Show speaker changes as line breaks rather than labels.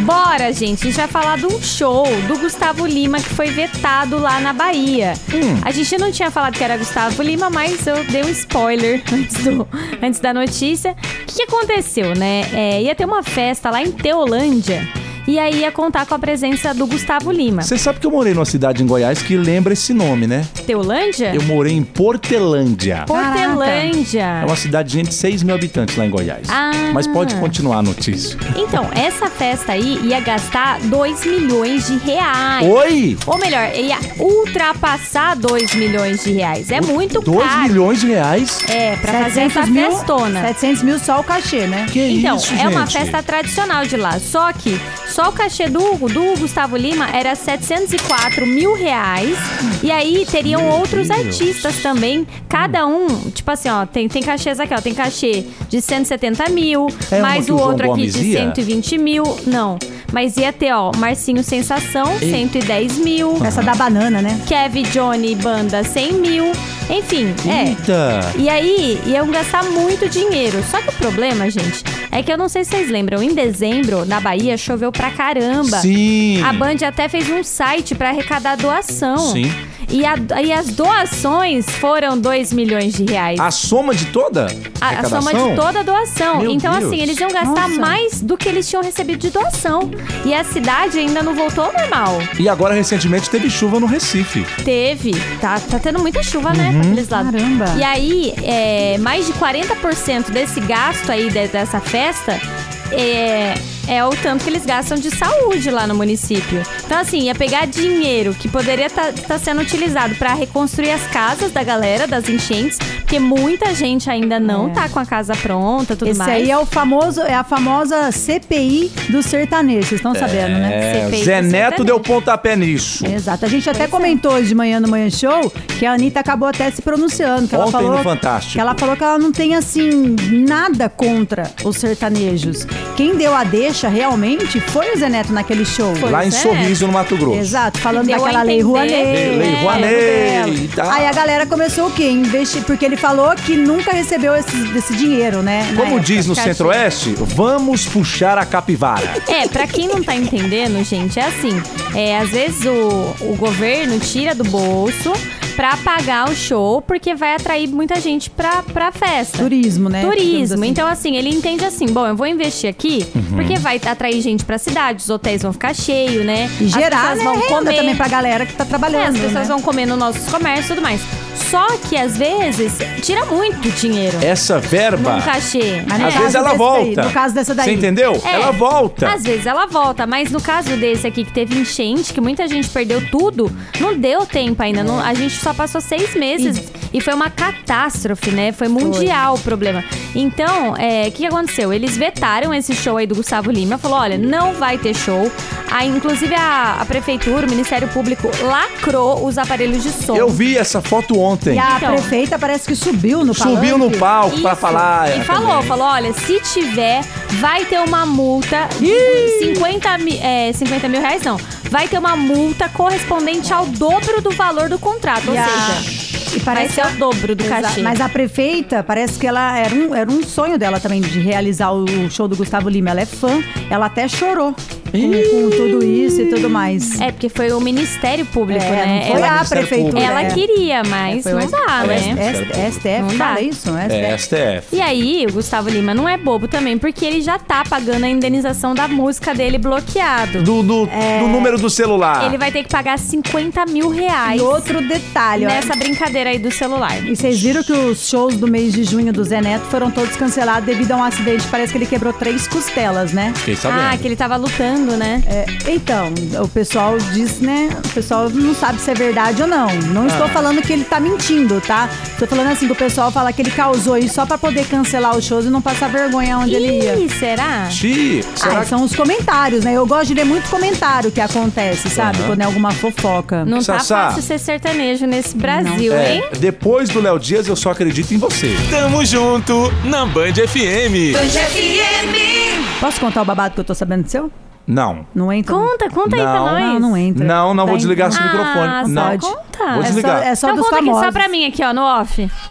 Bora, gente. A gente vai falar de um show do Gustavo Lima que foi vetado lá na Bahia. A gente não tinha falado que era Gustavo Lima, mas eu dei um spoiler antes, do- antes da notícia. O que, que aconteceu, né? É, ia ter uma festa lá em Teolândia e aí ia contar com a presença do Gustavo Lima.
Você sabe que eu morei numa cidade em Goiás que lembra esse nome, né?
Teolândia?
Eu morei em Portelândia.
Portelândia.
É uma cidadezinha de 6 mil habitantes lá em Goiás.
Ah.
Mas pode continuar a notícia.
Então, essa festa aí ia gastar 2 milhões de reais.
Oi!
Ou melhor, ia ultrapassar 2 milhões de reais. É muito
2
caro.
milhões de reais?
É, pra fazer essa
700 mil,
festona.
700 mil só o cachê, né?
Que
Então,
isso,
é
gente?
uma festa tradicional de lá. Só que só o cachê do, do Gustavo Lima era 704 mil reais. E aí teriam outros artistas também. Cada um, tipo assim, ó, tem, tem cachês aqui, ó. Tem cachê de 170 mil,
É uma
mais
que
o
o João
outro aqui
Gomes
de
ia?
120 mil. Não. Mas ia ter, ó, Marcinho Sensação, 110 mil.
Essa da banana, né?
Kevin Johnny Banda, 100 mil. Enfim, é.
Eita!
E aí, iam gastar muito dinheiro. Só que o problema, gente, é que eu não sei se vocês lembram, em dezembro, na Bahia, choveu pra caramba.
Sim!
A Band até fez um site pra arrecadar doação.
Sim.
E, a- e as doações foram 2 milhões de reais.
A soma de toda?
É. A, a soma
arrecadação?
de toda a doação.
Meu
então,
Deus.
assim, eles iam gastar
Nossa.
mais do que eles tinham recebido de doação. E a cidade ainda não voltou ao normal.
E agora, recentemente, teve chuva no Recife.
Teve. Tá, tá tendo muita chuva, né? Pra aqueles lados.
Uhum. Caramba.
E aí, é, mais de 40% desse gasto aí de- dessa festa é, é o tanto que eles gastam de saúde lá no município. Então, assim, ia pegar dinheiro que poderia estar sendo utilizado pra reconstruir as casas da galera das enchentes, porque muita gente ainda não tá com a casa pronta tudo
É. Esse
mais.
aí é o famoso, é a famosa CPI do sertanejo, vocês estão sabendo, né?
É,
CPI
Zé
do
Neto
sertanejo.
deu pontapé nisso.
É,
Exato. A gente até comentou hoje de manhã no Manhã Show que a Anitta acabou até se pronunciando. Que ela
Ontem
falou,
no Fantástico.
Que ela falou que ela não tem, assim, nada contra os sertanejos. Quem deu a deixa realmente foi o Zé Neto naquele show.
Foi.
Lá em
Zé
Sorriso, no Mato Grosso.
Exato, falando
Deu a
daquela lei
entender.
Rouanet. né?
Lei
É,
Rouanet
dela.
e tal.
Aí a galera começou o quê? Investir, porque ele falou que nunca recebeu esse, desse dinheiro, né? na
Como
época.
diz no
cachê.
Centro-Oeste, vamos puxar a capivara.
É, pra quem não tá entendendo, gente, é assim. É, às vezes o, o governo tira do bolso pra pagar o show, porque vai atrair muita gente pra, pra festa.
Turismo, né? Digamos
Turismo.
assim.
Então, assim, ele entende assim: bom, eu vou investir aqui, porque vai atrair gente pra cidade, os hotéis vão ficar cheios, né?
E gerar
as pessoas
né,
vão
renda
comer.
também pra galera que tá
É, as
trabalhando.
pessoas
né?
vão comer nos nossos comércios e tudo mais. Só que às vezes tira muito dinheiro
Essa verba,
num cachê. né?
Mas no
às
caso
vezes ela
desse daí,
volta.
no caso dessa daí.
Você entendeu?
É.
Ela volta.
Às vezes ela volta, mas no caso desse aqui que teve enchente, que muita gente perdeu tudo, não deu tempo ainda. não- a gente só passou seis meses e, foi uma catástrofe, né? Foi mundial o problema. Então, é, o que que aconteceu? Eles vetaram esse show aí do Gustavo Lima, falou: olha, não vai ter show. Aí, inclusive, a, a prefeitura, o Ministério Público, lacrou os aparelhos de som.
Eu vi essa foto ontem.
E a
Então.
prefeita parece que subiu no palanque.
Subiu no palco pra
Isso.
falar.
E
é,
falou,
também.
falou, olha, se tiver, vai ter uma multa de 50, mi- é, 50 mil reais, não. Vai ter uma multa correspondente ao dobro do valor do contrato. Ou
E a-
seja,
E
vai
parece
ser o dobro do
Exato.
cachê.
Mas a prefeita, parece que ela era um, era um sonho dela também de realizar o show do Gustavo Lima. Ela é fã, ela até chorou com, com tudo isso e tudo mais.
É, porque foi o Ministério Público,
É,
né?
não foi
Ela,
a prefeitura.
ela
é.
queria, mas
Foi o
não dá,
É,
né?
S- S- STF,
Não
fala
dá.
isso? STF.
É, STF.
E aí, o Gustavo Lima não é bobo também, porque ele já tá pagando a indenização da música dele bloqueado.
Do, do- do número do celular.
Ele vai ter que pagar 50 mil reais
E outro detalhe, ó.
nessa brincadeira aí do celular.
E vocês viram que os shows do mês de junho do Zé Neto foram todos cancelados devido a um acidente. Parece que ele quebrou três costelas, né?
Fiquei
Ah,
sabendo.
que ele tava lutando, né?
É, então, o pessoal diz, né? O pessoal não sabe se é verdade ou não.
Ah.
Não estou falando que ele tá mentindo, tá? Tô falando assim que o pessoal fala que ele causou isso só pra poder cancelar os shows e não passar vergonha onde ele ia.
Ih, será?
Ti, será
Ah,
que...
são os comentários, né? Eu gosto de ler muito comentário que acontece, sabe?
Aham.
Quando é alguma fofoca.
Não tá
Sassá.
fácil ser sertanejo nesse Brasil,
É,
hein?
depois do Léo Dias, eu só acredito em você.
Tamo junto na Band FM.
Posso contar o babado que eu tô sabendo do seu?
Não.
Não entra?
Conta, conta aí pra
Não,
nós.
Não, não entra.
Não, não
Tá
vou
em-
desligar esse
Ah,
microfone.
só
Não.
conta.
Vou
É só-
É só,
desligar.
é só
então
dos
conta aqui
famosos.
só pra mim aqui, ó, no off.